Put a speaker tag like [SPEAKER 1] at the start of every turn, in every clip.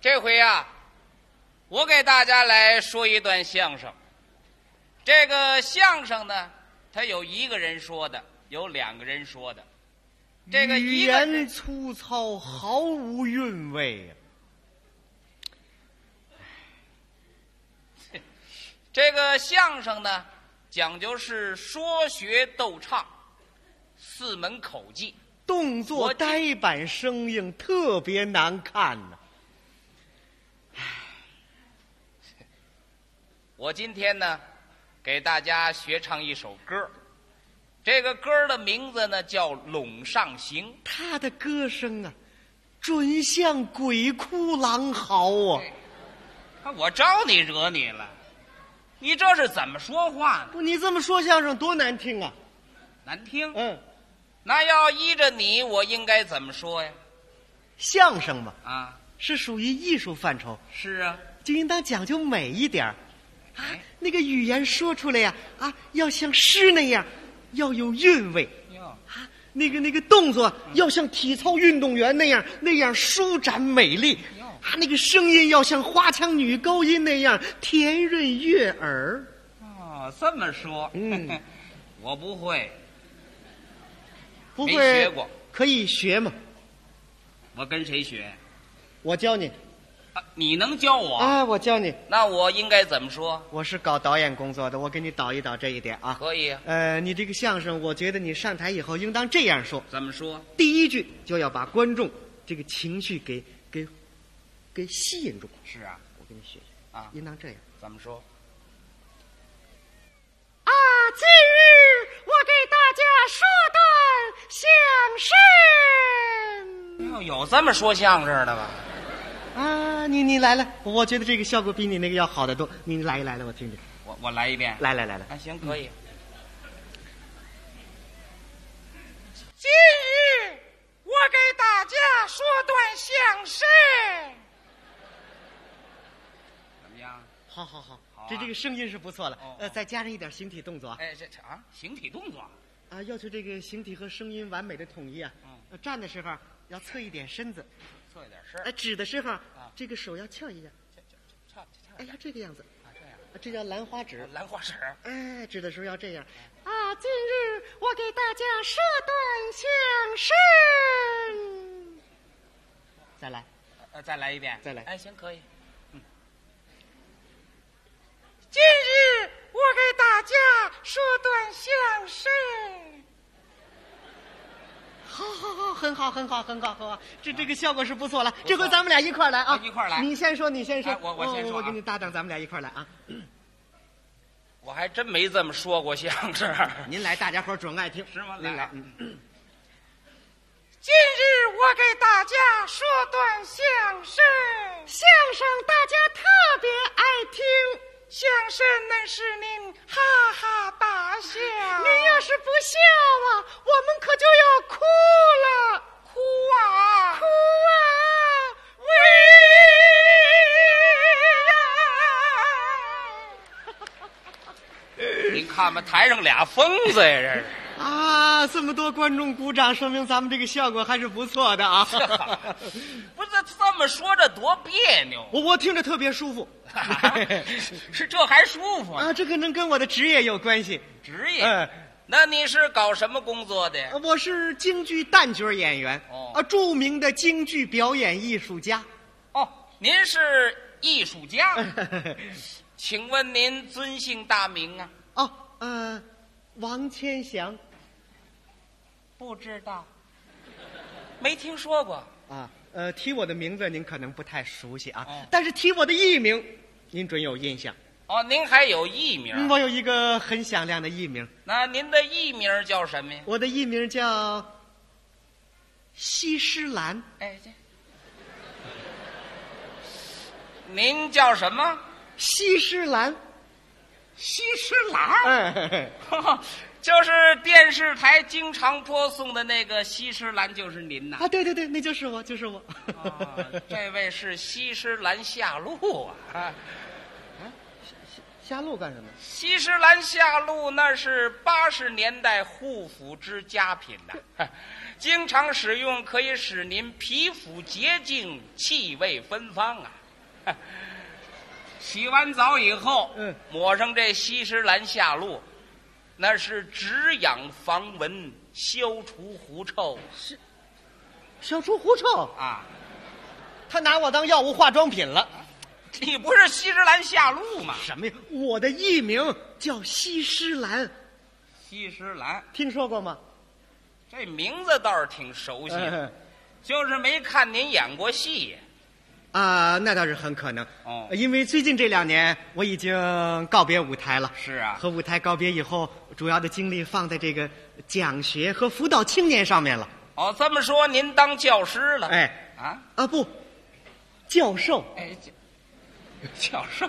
[SPEAKER 1] 这回呀、我给大家来说一段相声。这个相声呢，它有一个人说的，有两个人说的。这个
[SPEAKER 2] 语
[SPEAKER 1] 一个
[SPEAKER 2] 言粗糙，毫无韵味呀、
[SPEAKER 1] 这个相声呢，讲究是说学逗唱，四门口技。
[SPEAKER 2] 动
[SPEAKER 1] 我
[SPEAKER 2] 作
[SPEAKER 1] 这
[SPEAKER 2] 呆板生硬，特别难看呐、
[SPEAKER 1] 我今天呢，给大家学唱一首歌儿这个歌儿的名字呢叫《陇上行》。
[SPEAKER 2] 他的歌声啊，准像鬼哭狼嚎啊！
[SPEAKER 1] 看我招你惹你了？你这是怎么说话呢？
[SPEAKER 2] 不，你这么说相声多难听啊！
[SPEAKER 1] 难听。
[SPEAKER 2] 嗯，
[SPEAKER 1] 那要依着你，我应该怎么说呀？
[SPEAKER 2] 相声嘛，
[SPEAKER 1] 啊，
[SPEAKER 2] 是属于艺术范畴，
[SPEAKER 1] 是啊，
[SPEAKER 2] 就应当讲究美一点儿啊
[SPEAKER 1] 哎。
[SPEAKER 2] 那个语言说出来呀、啊，要像诗那样，要有韵味
[SPEAKER 1] 哟，
[SPEAKER 2] 啊。那个那个动作要像体操运动员那样那样舒展美丽
[SPEAKER 1] 哟
[SPEAKER 2] 啊，那个声音要像花腔女高音那样甜润悦耳。
[SPEAKER 1] 哦，这么说，
[SPEAKER 2] 嗯，
[SPEAKER 1] 我不会，
[SPEAKER 2] 不
[SPEAKER 1] 没
[SPEAKER 2] 会
[SPEAKER 1] 学过，
[SPEAKER 2] 可以学嘛？
[SPEAKER 1] 我跟谁学？
[SPEAKER 2] 我教你
[SPEAKER 1] 啊、你能教我？
[SPEAKER 2] 啊，我教你。
[SPEAKER 1] 那我应该怎么说？
[SPEAKER 2] 我是搞导演工作的，我给你导一导这一点啊。
[SPEAKER 1] 可以啊，
[SPEAKER 2] 呃，你这个相声，我觉得你上台以后应当这样说：
[SPEAKER 1] 怎么说？
[SPEAKER 2] 第一句就要把观众这个情绪给给给吸引住。
[SPEAKER 1] 是啊，
[SPEAKER 2] 我给你学学
[SPEAKER 1] 啊
[SPEAKER 2] 应当这样。
[SPEAKER 1] 怎么说？
[SPEAKER 2] 啊，今日我给大家说段相声。
[SPEAKER 1] 哟，有这么说相声的吗？
[SPEAKER 2] 啊，你你来来，我觉得这个效果比你那个要好得多。你来一来来，我听听。
[SPEAKER 1] 我我来一遍。
[SPEAKER 2] 来来来来，
[SPEAKER 1] 啊，行，可以。
[SPEAKER 3] 今日我给大家说段相声。
[SPEAKER 1] 怎么样？
[SPEAKER 2] 好好好，
[SPEAKER 1] 好啊
[SPEAKER 2] 这这个声音是不错了。
[SPEAKER 1] 哦
[SPEAKER 2] 呃，
[SPEAKER 1] 哦
[SPEAKER 2] 再加上一点形体动作啊。
[SPEAKER 1] 哎，这这啊，形体动作，
[SPEAKER 2] 啊，要求这个形体和声音完美的统一啊。
[SPEAKER 1] 嗯
[SPEAKER 2] 呃站的时候要侧一点身子，
[SPEAKER 1] 做一点声儿。
[SPEAKER 2] 哎、指的时候、
[SPEAKER 1] 啊
[SPEAKER 2] 这个手要翘一下，
[SPEAKER 1] 这啊这这唱唱
[SPEAKER 2] 哎，要这个样子，
[SPEAKER 1] 啊，这样。
[SPEAKER 2] 啊这叫兰花指。
[SPEAKER 1] 兰花指，
[SPEAKER 2] 哎，指的时候要这样。
[SPEAKER 3] 啊，今日我给大家说段相声。
[SPEAKER 2] 再来，
[SPEAKER 1] 呃，再来一遍，
[SPEAKER 2] 再来
[SPEAKER 1] 哎，行，可以。
[SPEAKER 3] 今日我给大家说段相声。
[SPEAKER 2] 好好好，很好，很好，很好，很好。这这个效果是啊不错了。这回咱们俩一块儿来啊，
[SPEAKER 1] 一块儿来
[SPEAKER 2] 你先说，你先说，哦
[SPEAKER 1] 哎我我先说啊
[SPEAKER 2] 我跟你搭档，咱们俩一块儿来啊。
[SPEAKER 1] 我还真没这么说过相 声。
[SPEAKER 2] 您来，大家伙儿准爱听。
[SPEAKER 1] 是吗
[SPEAKER 2] 您
[SPEAKER 1] 来
[SPEAKER 2] 来
[SPEAKER 1] 啊，
[SPEAKER 2] 嗯
[SPEAKER 3] 今日我给大家说段相声，相声大家特别爱听，相声能使您哈哈大笑。您要是不笑啊，我们可就要哭了，哭啊，哭啊，喂呀！
[SPEAKER 1] 您看吧，台上俩疯子呀，这是。
[SPEAKER 2] 啊，这么多观众鼓掌，说明咱们这个效果还是不错的 啊。
[SPEAKER 1] 不是这么说，这多别扭
[SPEAKER 2] 我我听着特别舒 服。
[SPEAKER 1] 是这还舒服？
[SPEAKER 2] 啊，这可能跟我的职业有关系。
[SPEAKER 1] 职业？
[SPEAKER 2] 哎
[SPEAKER 1] 那你是搞什么工作的呀？
[SPEAKER 2] 呃我是京剧旦角演员，
[SPEAKER 1] 哦
[SPEAKER 2] 啊，著名的京剧表演艺术家。
[SPEAKER 1] 哦，您是艺术家，请问您尊姓大名啊？
[SPEAKER 2] 哦，呃，王千祥
[SPEAKER 1] 不知道，没听说过。
[SPEAKER 2] 啊，呃，提我的名字您可能不太熟悉啊，
[SPEAKER 1] 哦
[SPEAKER 2] 但是提我的艺名，您准有印象。
[SPEAKER 1] 哦，您还有艺名？
[SPEAKER 2] 嗯我有一个很响亮的艺名，
[SPEAKER 1] 那您的艺名叫什么呀？
[SPEAKER 2] 我的艺名叫西施兰，
[SPEAKER 1] 哎，这，嗯您叫什么？
[SPEAKER 2] 西施兰。
[SPEAKER 1] 西施兰，
[SPEAKER 2] 哎，
[SPEAKER 1] 就是电视台经常播送的那个西施兰，就是您 呐。
[SPEAKER 2] 啊，对对对，那就是我，就是我。
[SPEAKER 1] 啊啊这位是西施兰下路啊，
[SPEAKER 2] 夏下路干什么？
[SPEAKER 1] 西施兰下路那是八十年代护肤之佳品呐、 经常使用可以使您皮肤洁净、气味芬芳啊。 洗完澡以后，
[SPEAKER 2] 嗯
[SPEAKER 1] 抹上这西施兰下路，那是止痒防蚊、消除狐臭
[SPEAKER 2] 消除狐臭，
[SPEAKER 1] 啊。
[SPEAKER 2] 他拿我当药物化妆品了。
[SPEAKER 1] 你不是西施兰下路吗？
[SPEAKER 2] 什么呀？我的艺名叫西施兰，
[SPEAKER 1] 西施兰
[SPEAKER 2] 听说过吗？
[SPEAKER 1] 这名字倒是挺熟悉的，
[SPEAKER 2] 哎
[SPEAKER 1] 就是没看您演过戏。
[SPEAKER 2] 啊，那倒是很可能。
[SPEAKER 1] 哦
[SPEAKER 2] 因为最近这两年我已经告别舞台了。
[SPEAKER 1] 是啊
[SPEAKER 2] 和舞台告别以后，主要的精力放在这个讲学和辅导青年上面了。
[SPEAKER 1] 哦，这么说您当教师了？
[SPEAKER 2] 哎，
[SPEAKER 1] 啊，
[SPEAKER 2] 啊不，教授。
[SPEAKER 1] 哎，教 教 授，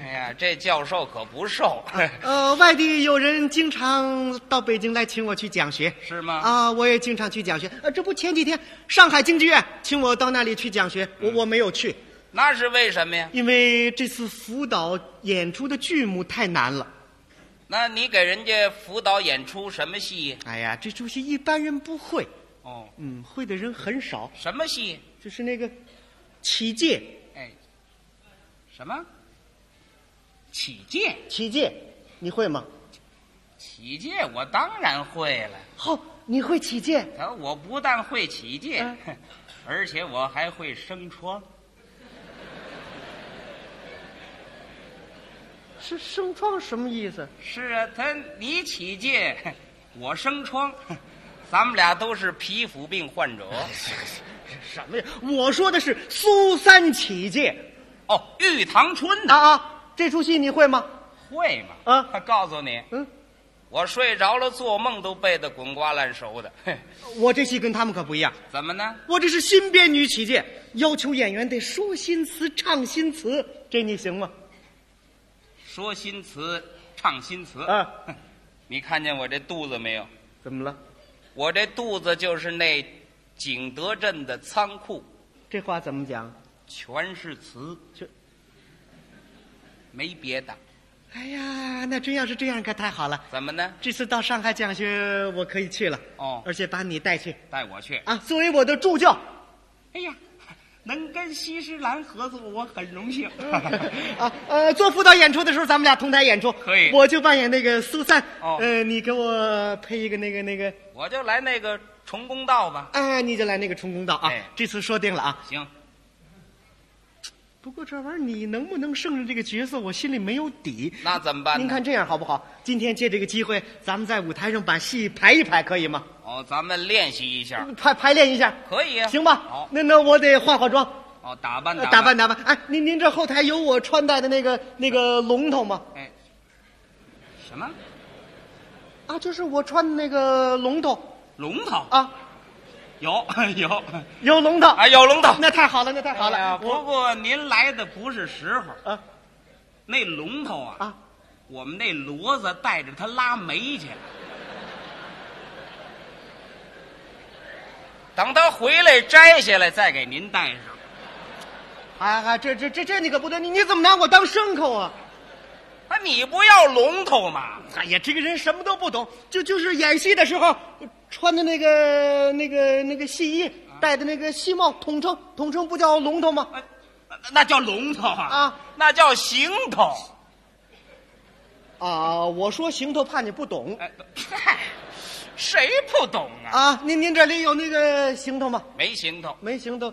[SPEAKER 1] 哎呀，这教授可不瘦，
[SPEAKER 2] 呃，外地有人经常到北京来请我去讲学。
[SPEAKER 1] 是吗？
[SPEAKER 2] 啊，我也经常去讲学。呃，这不前几天上海京剧院请我到那里去讲学，我我没有去，
[SPEAKER 1] 那是为什么呀？
[SPEAKER 2] 因为这次辅导演出的剧目太难了。
[SPEAKER 1] 那你给人家辅导演出什么戏？
[SPEAKER 2] 哎呀，这出戏一般人不会，
[SPEAKER 1] 哦，
[SPEAKER 2] 嗯，会的人很少，
[SPEAKER 1] 什么戏？
[SPEAKER 2] 就是那个起介，
[SPEAKER 1] 哎，什么？起介，
[SPEAKER 2] 起介，你会吗？
[SPEAKER 1] 起介，我当然会了。
[SPEAKER 2] 好、哦你会起介，
[SPEAKER 1] 啊我不但会起介，
[SPEAKER 2] 嗯
[SPEAKER 1] 而且我还会生疮。
[SPEAKER 2] 是生疮什么意思？
[SPEAKER 1] 是啊，他你起介， 我生疮， 咱们俩都是皮肤病患 者。
[SPEAKER 2] 什么呀？我说的是苏三起介
[SPEAKER 1] 哦，玉堂春
[SPEAKER 2] 啊
[SPEAKER 1] 呐，
[SPEAKER 2] 啊！这出戏你会吗？
[SPEAKER 1] 会吗？
[SPEAKER 2] 啊
[SPEAKER 1] 他告诉你，
[SPEAKER 2] 嗯，
[SPEAKER 1] 我睡着了，做梦都背得滚瓜烂熟的。 嘿
[SPEAKER 2] 我这戏跟他们可不一样，
[SPEAKER 1] 怎么呢？
[SPEAKER 2] 我这是新编女起介，要求演员得说新词、唱新词，这你行吗？
[SPEAKER 1] 说新词，唱新词。
[SPEAKER 2] 啊，
[SPEAKER 1] 你看见我这肚子没有？
[SPEAKER 2] 怎么了？
[SPEAKER 1] 我这肚子就是那景德镇的仓库，
[SPEAKER 2] 这话怎么讲？
[SPEAKER 1] 全是词，
[SPEAKER 2] 这
[SPEAKER 1] 没别的。
[SPEAKER 2] 哎呀，那真要是这样可太好了。
[SPEAKER 1] 怎么呢？
[SPEAKER 2] 这次到上海讲学，我可以去了
[SPEAKER 1] 哦
[SPEAKER 2] 而且把你带去
[SPEAKER 1] 带我去。
[SPEAKER 2] 啊，作为我的助教
[SPEAKER 1] 哎呀，能跟西施兰合作，我很荣幸。
[SPEAKER 2] 啊，呃，做辅导演出的时候，咱们俩同台演出，
[SPEAKER 1] 可以
[SPEAKER 2] 我就扮演那个苏三，
[SPEAKER 1] 哦
[SPEAKER 2] 呃，你给我配一个那个那个，
[SPEAKER 1] 我就来那个重公道吧。
[SPEAKER 2] 啊，你就来那个冲公道啊，
[SPEAKER 1] 哎
[SPEAKER 2] 这次说定了啊。
[SPEAKER 1] 行，
[SPEAKER 2] 不过这玩意儿你能不能胜任这个角色，我心里没有底。
[SPEAKER 1] 啊那怎么办呢？
[SPEAKER 2] 您看这样好不好？今天借这个机会，咱们在舞台上把戏排一排，可以吗？
[SPEAKER 1] 哦，咱们练习一下，
[SPEAKER 2] 排排练一下，
[SPEAKER 1] 可以啊。
[SPEAKER 2] 行吧？
[SPEAKER 1] 嗯好，
[SPEAKER 2] 那那我得化化妆，
[SPEAKER 1] 哦，打扮
[SPEAKER 2] 呃
[SPEAKER 1] 打
[SPEAKER 2] 打扮。打扮。哎，您您这后台有我穿戴的那个那个龙头吗？
[SPEAKER 1] 哎，什么
[SPEAKER 2] 啊，就是我穿的那个龙头
[SPEAKER 1] 龙头？
[SPEAKER 2] 啊，
[SPEAKER 1] 有 有
[SPEAKER 2] 有龙头。
[SPEAKER 1] 啊，有龙头。
[SPEAKER 2] 那太好了，那太好
[SPEAKER 1] 哎呀
[SPEAKER 2] 了。
[SPEAKER 1] 不过您来的不是时候，
[SPEAKER 2] 我啊
[SPEAKER 1] 那龙头啊，
[SPEAKER 2] 啊，
[SPEAKER 1] 我们那骡子带着他拉煤去了。 等他回来摘下来，再给您带上。
[SPEAKER 2] 哎哎，这这这这你可不对，你你怎么拿我当牲口啊？
[SPEAKER 1] 啊，你不要龙头吗？
[SPEAKER 2] 哎呀，这个人什么都不懂，就就是演戏的时候穿的那个那个那个戏衣，戴的那个戏帽，统称统称不叫龙头吗？
[SPEAKER 1] 啊那那叫龙头啊！
[SPEAKER 2] 啊，
[SPEAKER 1] 那叫行头。
[SPEAKER 2] 啊，我说行头怕你不懂
[SPEAKER 1] 哎，嗨，谁不懂啊？
[SPEAKER 2] 啊，您您这里有那个行头吗？
[SPEAKER 1] 没行头。
[SPEAKER 2] 没行头，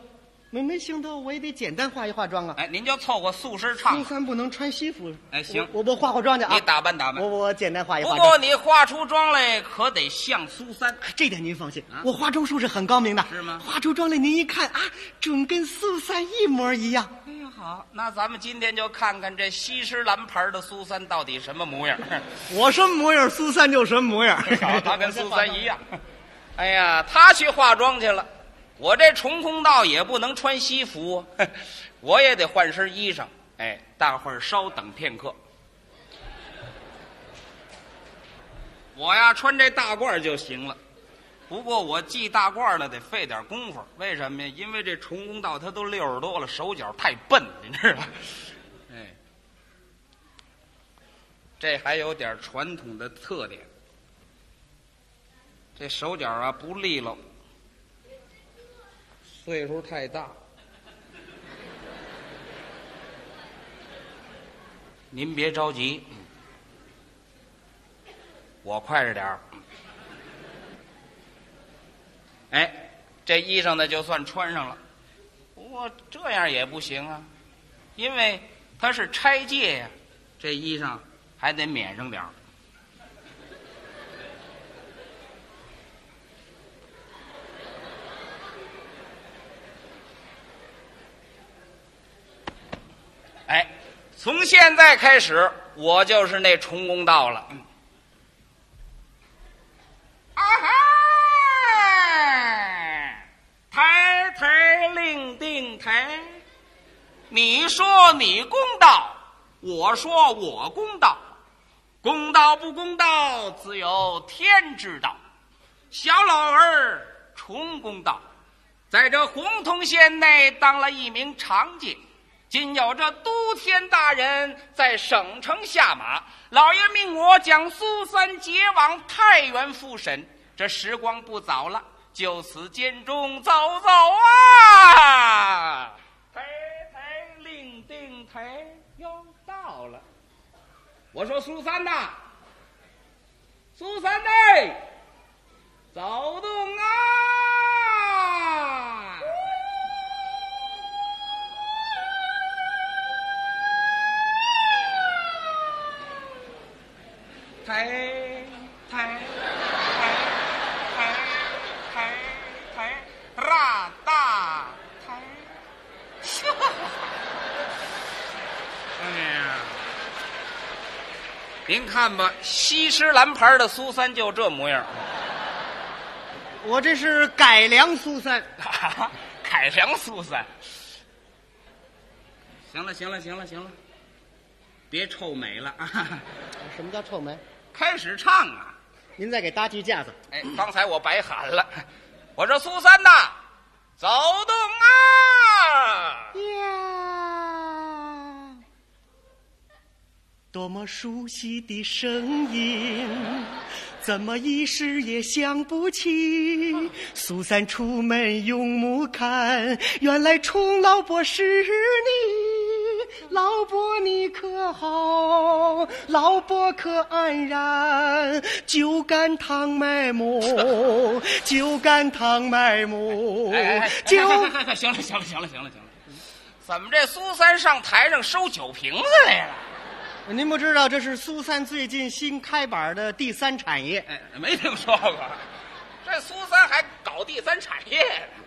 [SPEAKER 2] 没没行头，我也得简单化一化妆啊。
[SPEAKER 1] 哎，您就凑合素身唱
[SPEAKER 2] 中。三不能穿西服。
[SPEAKER 1] 哎行
[SPEAKER 2] 我我我化化妆去啊。
[SPEAKER 1] 你打扮打扮
[SPEAKER 2] 我我我简单化一
[SPEAKER 1] 不
[SPEAKER 2] 化
[SPEAKER 1] 过
[SPEAKER 2] 妆。
[SPEAKER 1] 你化出妆来，可得像苏三。
[SPEAKER 2] 这点您放心
[SPEAKER 1] 啊，
[SPEAKER 2] 我化妆术是很高明的。
[SPEAKER 1] 是吗
[SPEAKER 2] 化出妆来，您一看啊，准跟苏三一模一样。
[SPEAKER 1] 哎呀，好，那咱们今天就看看这西施蓝牌的苏三到底什么模样。
[SPEAKER 2] 我什么模样，苏三就什么模 样。
[SPEAKER 1] 好他跟苏三一样。 哎呀，他去化妆去了，我这重空道也不能穿西服， 我也得换身衣裳。哎，大伙儿稍等片刻。我呀，穿这大褂儿就行了。不过我系大褂儿呢，得费点功夫。为什么呀？因为这重公道他都六十多了，手脚太笨，你知道吧？哎，这还有点传统的特点。这手脚啊不利落，岁数太大。您别着急，嗯我快着点儿。哎，这衣裳呢就算穿上了，不过这样也不行啊，因为它是拆借呀、这衣裳还得免上点儿。哎，从现在开始，我就是那崇公道了。啊哈！抬抬令定抬，你说你公道，我说我公道，公道不公道，自有天知道。小老儿崇公道，在这洪洞县内当了一名长介。今有这都天大人在省城下马，老爷命我将苏三劫往太原复审。这时光不早了，就此间中走走啊！抬抬令定抬，又到了。我说苏三呐，苏三哎，走动啊！抬抬抬抬抬抬，啦大抬，哎呀，您看吧，西施蓝牌的苏三就这模样，
[SPEAKER 2] 我这是改良苏三，
[SPEAKER 1] 改良苏三。行了，行了，行了，行了，别臭美了啊！
[SPEAKER 2] 什么叫臭门？
[SPEAKER 1] 开始唱啊！
[SPEAKER 2] 您再给搭句架子，
[SPEAKER 1] 哎，刚才我白喊了，我说苏三呐，走动啊！
[SPEAKER 3] 呀，
[SPEAKER 2] 多么熟悉的声音，怎么一时也想不起？苏三出门用目看，原来冲老伯是你。老伯你可好？老伯可安然？酒干倘卖 无，酒干倘卖无
[SPEAKER 1] 哎哎，
[SPEAKER 2] 酒。
[SPEAKER 1] 哎哎行了行了行了行了行了，怎么这苏三上台上收酒瓶子来了？
[SPEAKER 2] 您不知道这是苏三最近新开板的第三产业。
[SPEAKER 1] 哎，没听说过，这苏三还搞第三产业呢？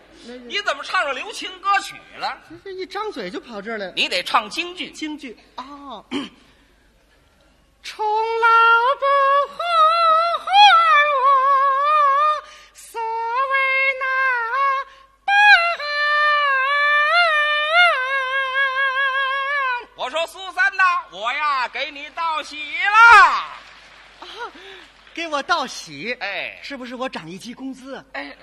[SPEAKER 1] 你怎么唱上流行歌曲了？
[SPEAKER 2] 这一张嘴就跑这儿来了。
[SPEAKER 1] 你得唱京剧。
[SPEAKER 2] 京剧哦， 冲老
[SPEAKER 3] 不呼唤我，所谓那般。
[SPEAKER 1] 我说苏三呐，我呀给你道喜啦！
[SPEAKER 2] 啊给我道喜，
[SPEAKER 1] 哎
[SPEAKER 2] 是不是我涨一级工资啊？
[SPEAKER 1] 哎，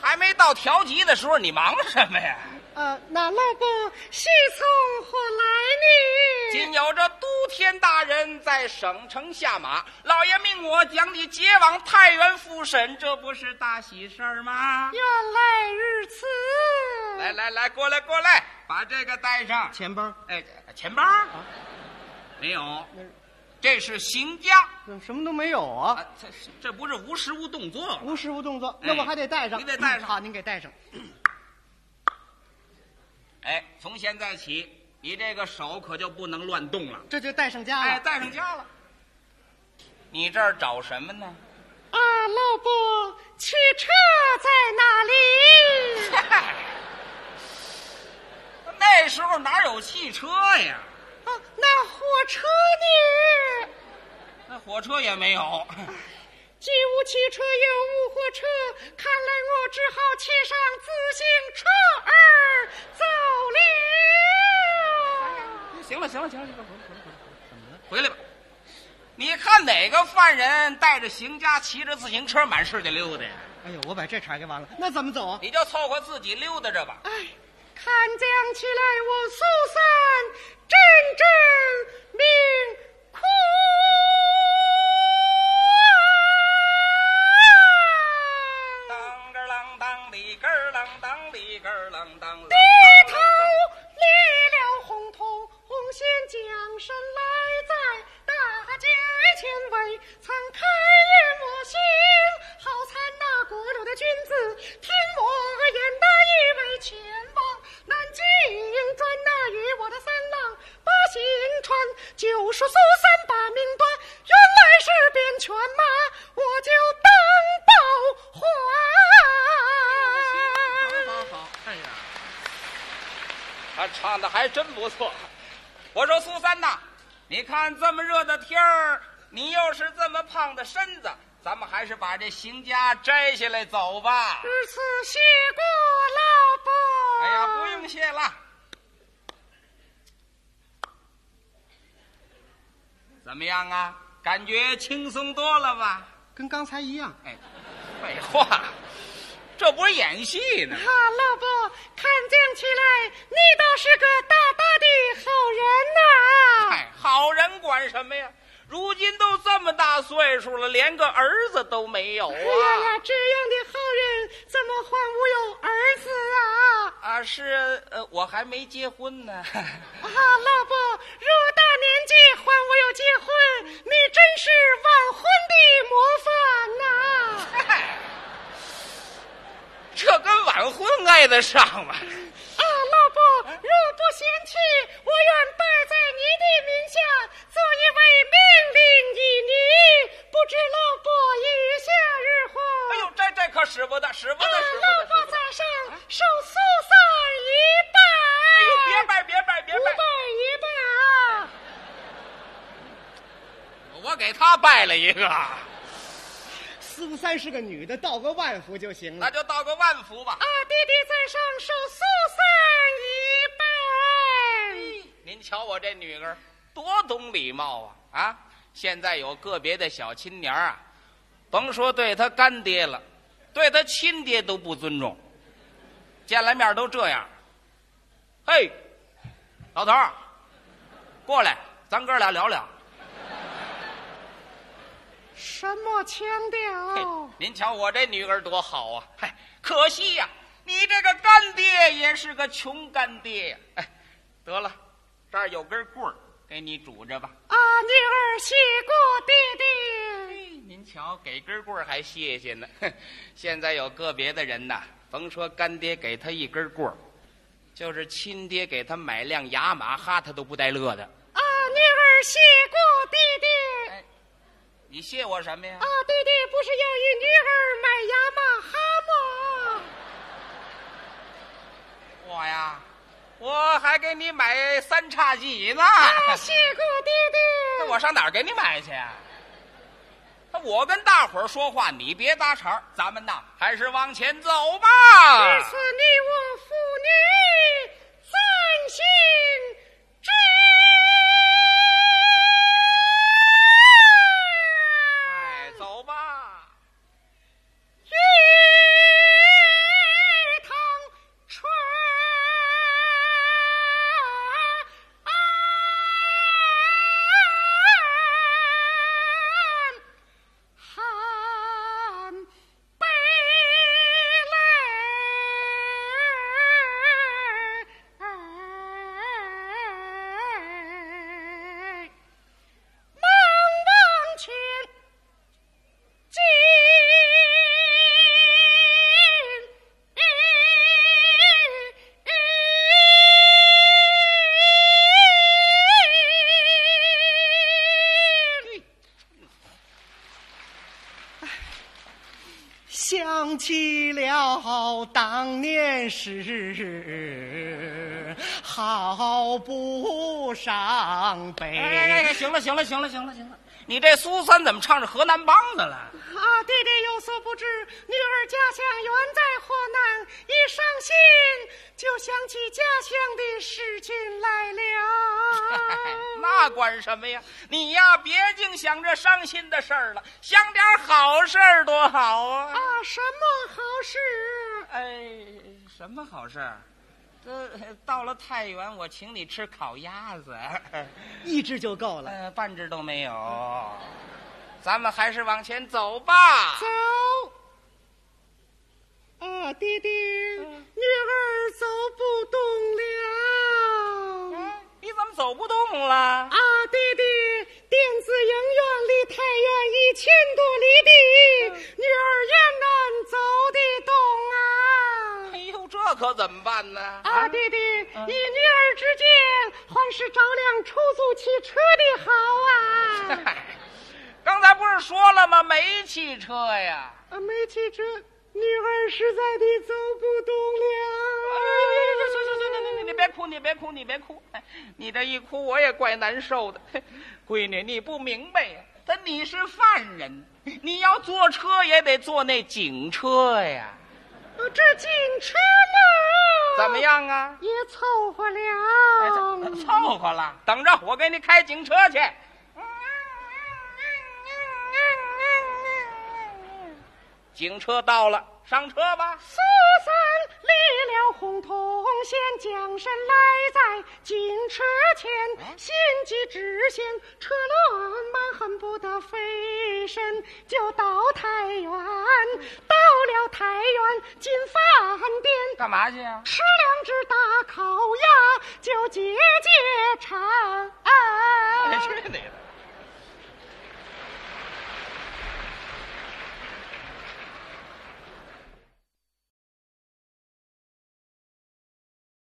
[SPEAKER 1] 还没到调级的时候，你忙什么呀？
[SPEAKER 2] 呃，
[SPEAKER 3] 那老伯是从何来呢？
[SPEAKER 1] 今有这都天大人在省城下马，老爷命我将你接往太原复审，这不是大喜事儿吗？
[SPEAKER 3] 原来如此。
[SPEAKER 1] 来来来，过来过来，把这个带上。
[SPEAKER 2] 钱包，
[SPEAKER 1] 哎，钱包、没有，这是行家。
[SPEAKER 2] 怎么什么都没有
[SPEAKER 1] 啊
[SPEAKER 2] 啊？，
[SPEAKER 1] 这这不是无实物动作吗？
[SPEAKER 2] 无实物动作，
[SPEAKER 1] 哎
[SPEAKER 2] 那我还得带上。嗯
[SPEAKER 1] 你得带上
[SPEAKER 2] 好，您给带上。
[SPEAKER 1] 哎，从现在起，你这个手可就不能乱动了。
[SPEAKER 2] 这就带上家
[SPEAKER 1] 哎，
[SPEAKER 2] 了。
[SPEAKER 1] 带上家了。你这儿找什么呢？
[SPEAKER 3] 啊，老伯，汽车在哎哪里？
[SPEAKER 1] 嗨， 那时候哪有汽车呀？
[SPEAKER 3] 啊，那火车呢？
[SPEAKER 1] 那火车也没有。
[SPEAKER 3] 既无汽车又无火车，看来我只好骑上自行车儿走了。
[SPEAKER 1] 行了，行了，行了，行了， 回来吧。你看哪个犯人带着行家骑着自行车满世界溜达呀？
[SPEAKER 2] 哎呦，我把这茬给忘了，那怎么走啊？
[SPEAKER 1] 你就凑合自己溜达着吧。
[SPEAKER 3] 哎，看将起来，我苏三真正命苦啊！
[SPEAKER 1] 当个啷当里个儿啷当里个儿啷当啷。
[SPEAKER 3] 低头立了红头，红线将身来在大街前围，曾开眼我心，好参那国路的君子，听我言大意为前往南京，专那与我的三郎把行传，九叔苏三把命断，原来是变犬马，我就当报还。
[SPEAKER 4] 好好好，哎呀，
[SPEAKER 1] 他唱的还真不错。我说苏三呐，你看这么热的天儿，你又是这么胖的身子，咱们还是把这行家摘下来走吧。
[SPEAKER 3] 至此谢过老伯。
[SPEAKER 1] 哎呀，不用谢了。怎么样啊？感觉轻松多了吧？
[SPEAKER 2] 跟刚才一样。
[SPEAKER 1] 哎，废话，这不是演戏呢。
[SPEAKER 3] 啊，老伯，看将起来，你倒是个大大的好人呐、
[SPEAKER 1] 哎，好人管什么呀？如今都这么大岁数了，连个儿子都没有
[SPEAKER 3] 哎呀呀，
[SPEAKER 1] 啊！
[SPEAKER 3] 这样的好人怎么还无有儿子啊？
[SPEAKER 1] 啊，是呃，我还没结婚呢。
[SPEAKER 3] 啊，老伯，若大年纪还无有结婚，你真是晚婚的模范呐、
[SPEAKER 1] 嗨这跟晚婚挨得上吗？哎
[SPEAKER 3] 啊，老伯，若不嫌弃，我愿拜在你的名下做一位命令以尼。不知老伯意下如何？
[SPEAKER 1] 哎呦，这这可使不得，使不
[SPEAKER 3] 啊
[SPEAKER 1] 得，使，
[SPEAKER 3] 老
[SPEAKER 1] 不得，使
[SPEAKER 3] 伯
[SPEAKER 1] 不
[SPEAKER 3] 在
[SPEAKER 1] 得！
[SPEAKER 3] 上，受苏三一拜。
[SPEAKER 1] 哎呦，别拜，别拜，别
[SPEAKER 3] 不拜
[SPEAKER 1] 拜！
[SPEAKER 3] 一拜啊！
[SPEAKER 1] 我给他拜了一个，
[SPEAKER 2] 苏三是个女的，道个万福就行
[SPEAKER 1] 那
[SPEAKER 2] 了。
[SPEAKER 1] 就到个万福吧
[SPEAKER 3] 啊。，弟弟在上，受苏三一拜。
[SPEAKER 1] 您瞧我这女儿多懂礼貌啊啊！现在有个别的小青年儿啊，甭说对他干爹了，对他亲爹都不尊重，见了面都这样。嘿，老头儿，过来，咱哥俩聊聊。
[SPEAKER 3] 什么腔
[SPEAKER 1] 嘿
[SPEAKER 3] 调？啊
[SPEAKER 1] 您瞧我这女儿多好啊！嗨，可惜呀、你这个干爹也是个穷干爹呀、哎，得了，这儿有根棍儿，给你拄着吧。
[SPEAKER 3] 啊，女儿谢过弟弟。
[SPEAKER 1] 嘿哎您瞧，给根棍儿还谢谢呢。 哼现在有个别的人呐，甭说干爹给他一根棍儿，就是亲爹给他买辆雅马哈，他都不带乐的。
[SPEAKER 3] 啊，女儿谢过弟弟。
[SPEAKER 1] 哎，你谢我什么呀
[SPEAKER 3] 啊？，弟弟不是要与女儿买雅
[SPEAKER 1] 我
[SPEAKER 3] 马哈吗？
[SPEAKER 1] 呀，我还给你买三叉戟呢。
[SPEAKER 3] 啊，谢过弟
[SPEAKER 1] 那
[SPEAKER 3] 弟。
[SPEAKER 1] 我上哪儿给你买去、啊？那我跟大伙儿说话，你别搭茬儿咱们呐，还是往前走吧。
[SPEAKER 3] 至此你我父女暂行之。
[SPEAKER 1] 哎，走吧。
[SPEAKER 3] 一堂春。寒悲泪，茫茫前进。
[SPEAKER 2] 想起了当年事，好不伤悲。
[SPEAKER 1] 哎哎哎，行了行了行了行了行了，你这苏三怎么唱着河南梆子了？
[SPEAKER 3] 啊，弟弟有所不知，女儿家乡原在河南，一伤心就想起家乡的事情来
[SPEAKER 1] 哎
[SPEAKER 3] 了。
[SPEAKER 1] 那管什么呀？你呀，别净想着伤心的事儿了，想点好事儿多好啊！
[SPEAKER 3] 啊，什么好事？
[SPEAKER 1] 哎，什么好事儿？呃，到了太原，我请你吃烤鸭子，
[SPEAKER 2] 一只就够了。
[SPEAKER 1] 呃，半只都没有。咱们还是往前走吧。
[SPEAKER 3] 走。啊，爹爹，女儿走不动了。
[SPEAKER 1] 嗯，你怎么走不动了？
[SPEAKER 3] 啊，爹爹，电子影院离太原一千多里地，女儿也难走得
[SPEAKER 1] 哎
[SPEAKER 3] 动啊。
[SPEAKER 1] 呦，这可怎么办呢？
[SPEAKER 3] 啊，爹爹，以女儿之见，还是找辆出租汽车的好 啊。
[SPEAKER 1] 嗨， 刚才不是说了吗？没汽车呀。
[SPEAKER 3] 啊，没汽车，女儿实在地走不动
[SPEAKER 1] 哎
[SPEAKER 3] 了。
[SPEAKER 1] 行行行行行行，你别哭，你别哭，你别哭。哎你这一哭，我也怪难受的。闺女，你不明白呀、他你是犯人，你要坐车也得坐那警车呀。
[SPEAKER 3] 啊这警车呢？
[SPEAKER 1] 怎么？样啊？
[SPEAKER 3] 也凑合
[SPEAKER 1] 哎
[SPEAKER 3] 了。
[SPEAKER 1] 这 凑合了，等着我给你开警车去。警车到了，上车吧。
[SPEAKER 3] 苏三立了红铜线，将身来在警车前，心急之线车轮马恨不得飞身就到太原，到了太原进饭店。
[SPEAKER 1] 干嘛去啊 呀、
[SPEAKER 3] 吃两只大烤鸭，就解解馋。
[SPEAKER 1] 啊？去你的！